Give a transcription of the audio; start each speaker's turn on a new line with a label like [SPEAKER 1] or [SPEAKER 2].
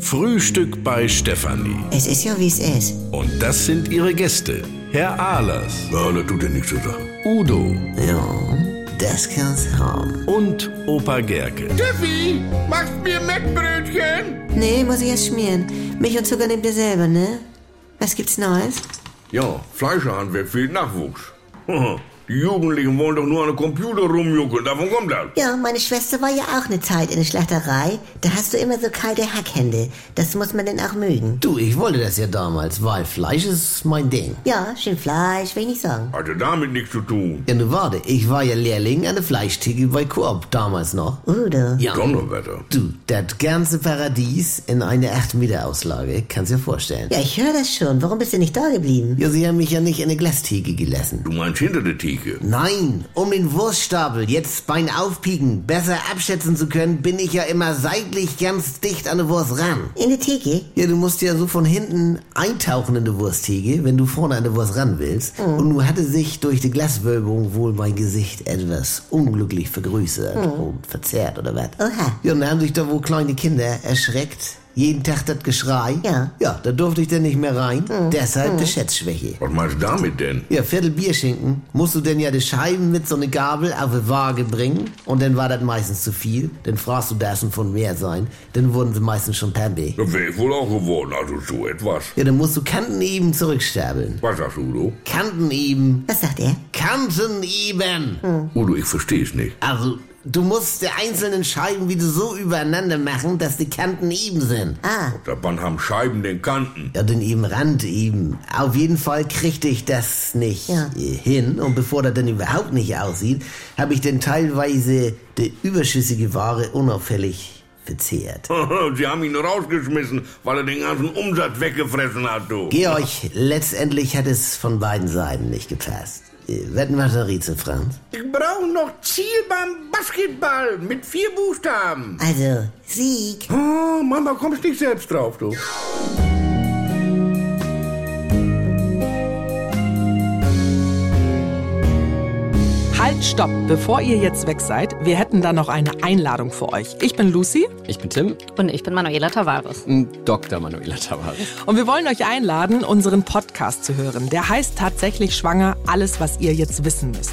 [SPEAKER 1] Frühstück bei Stefanie.
[SPEAKER 2] Es ist ja, wie es ist.
[SPEAKER 1] Und das sind ihre Gäste. Herr Ahlers,
[SPEAKER 3] Ja, das tut ja nichts zur Sache.
[SPEAKER 1] Udo
[SPEAKER 2] Ja, das kann's haben.
[SPEAKER 1] und Opa Gerke.
[SPEAKER 4] Steffi, machst mir Mettbrötchen?
[SPEAKER 2] Nee, muss ich erst schmieren. Milch und Zucker nehmt ihr selber, ne? Was gibt's Neues?
[SPEAKER 3] Ja, Fleischerhandwerk fehlt Nachwuchs. Die Jugendlichen wollen doch nur an einem Computer rumjuckeln, davon kommt das.
[SPEAKER 2] Ja, meine Schwester war ja auch eine Zeit in der Schlachterei. Da hast du immer so kalte Hackhände. Das muss man denn auch mögen.
[SPEAKER 5] Du, ich wollte das ja damals, weil Fleisch ist mein Ding.
[SPEAKER 2] Ja, schön Fleisch, will ich nicht sagen.
[SPEAKER 3] Hatte damit nichts zu tun.
[SPEAKER 5] Ja, nun warte, ich war ja Lehrling an der Fleischtheke bei Coop damals noch.
[SPEAKER 2] Udo.
[SPEAKER 5] Ja,
[SPEAKER 3] Donnerwetter.
[SPEAKER 5] du, das ganze Paradies in einer 8-Meter-Auslage, kannst dir vorstellen.
[SPEAKER 2] Ja, ich höre das schon. Warum bist du nicht da geblieben?
[SPEAKER 5] Ja, sie haben mich ja nicht in eine Glastheke gelassen.
[SPEAKER 3] Du meinst hinter der Theke.
[SPEAKER 5] Nein, um den Wurststapel jetzt beim Aufpieken besser abschätzen zu können, bin ich ja immer seitlich ganz dicht an die Wurst ran.
[SPEAKER 2] In der Theke?
[SPEAKER 5] Ja, du musst ja so von hinten eintauchen in die Wursttheke, wenn du vorne an die Wurst ran willst.
[SPEAKER 2] Mhm.
[SPEAKER 5] Und nun hatte sich durch die Glaswölbung wohl mein Gesicht etwas unglücklich vergrößert und verzerrt oder was.
[SPEAKER 2] Mhm. Oha.
[SPEAKER 5] Ja, und da haben sich da wohl kleine Kinder erschreckt. Jeden Tag das Geschrei.
[SPEAKER 2] Ja. Mhm.
[SPEAKER 5] Ja, da durfte ich dann nicht mehr rein. Deshalb die Schätzschwäche.
[SPEAKER 3] Was meinst du damit denn?
[SPEAKER 5] Ja, Viertel Bierschinken. Musst du denn ja die Scheiben mit so einer Gabel auf die Waage bringen? Und dann war das meistens zu viel. Dann fragst du, darf schon von mehr sein. Dann wurden sie meistens schon pembe.
[SPEAKER 3] Das wäre ich wohl auch geworden, also so etwas.
[SPEAKER 5] Ja, dann musst du Kanten eben zurückstapeln.
[SPEAKER 3] Was sagst du, Udo?
[SPEAKER 5] Kanten eben.
[SPEAKER 2] Was sagt er?
[SPEAKER 5] Kanten eben.
[SPEAKER 3] Udo, ich versteh's nicht.
[SPEAKER 5] Also, du musst die einzelnen Scheiben wieder so übereinander machen, dass die Kanten eben sind.
[SPEAKER 2] Ah,
[SPEAKER 3] Da wann haben Scheiben den Kanten.
[SPEAKER 5] Ja, den eben Rand eben. Auf jeden Fall kriegte ich das nicht
[SPEAKER 2] Ja.
[SPEAKER 5] äh, hin. Und bevor das dann überhaupt nicht aussieht, habe ich dann teilweise die überschüssige Ware unauffällig verzehrt.
[SPEAKER 3] Sie haben ihn rausgeschmissen, weil er den ganzen Umsatz weggefressen hat, du.
[SPEAKER 5] Georg, letztendlich hat es von beiden Seiten nicht gepasst. Äh, Wetten wir da Rieze, Franz?
[SPEAKER 4] Ich brauche noch Ziel beim Basketball mit vier Buchstaben.
[SPEAKER 2] also, Sieg.
[SPEAKER 3] Ah, Mama, kommst nicht selbst drauf, du.
[SPEAKER 6] Halt, stopp! Bevor ihr jetzt weg seid, wir hätten da noch eine Einladung für euch. Ich bin Lucy
[SPEAKER 7] Ich bin Tim,
[SPEAKER 8] Und ich bin Manuela Tavares.
[SPEAKER 7] ein Dr. Manuela Tavares.
[SPEAKER 6] und wir wollen euch einladen, unseren Podcast zu hören. Der heißt tatsächlich Schwanger, alles, was ihr jetzt wissen müsst.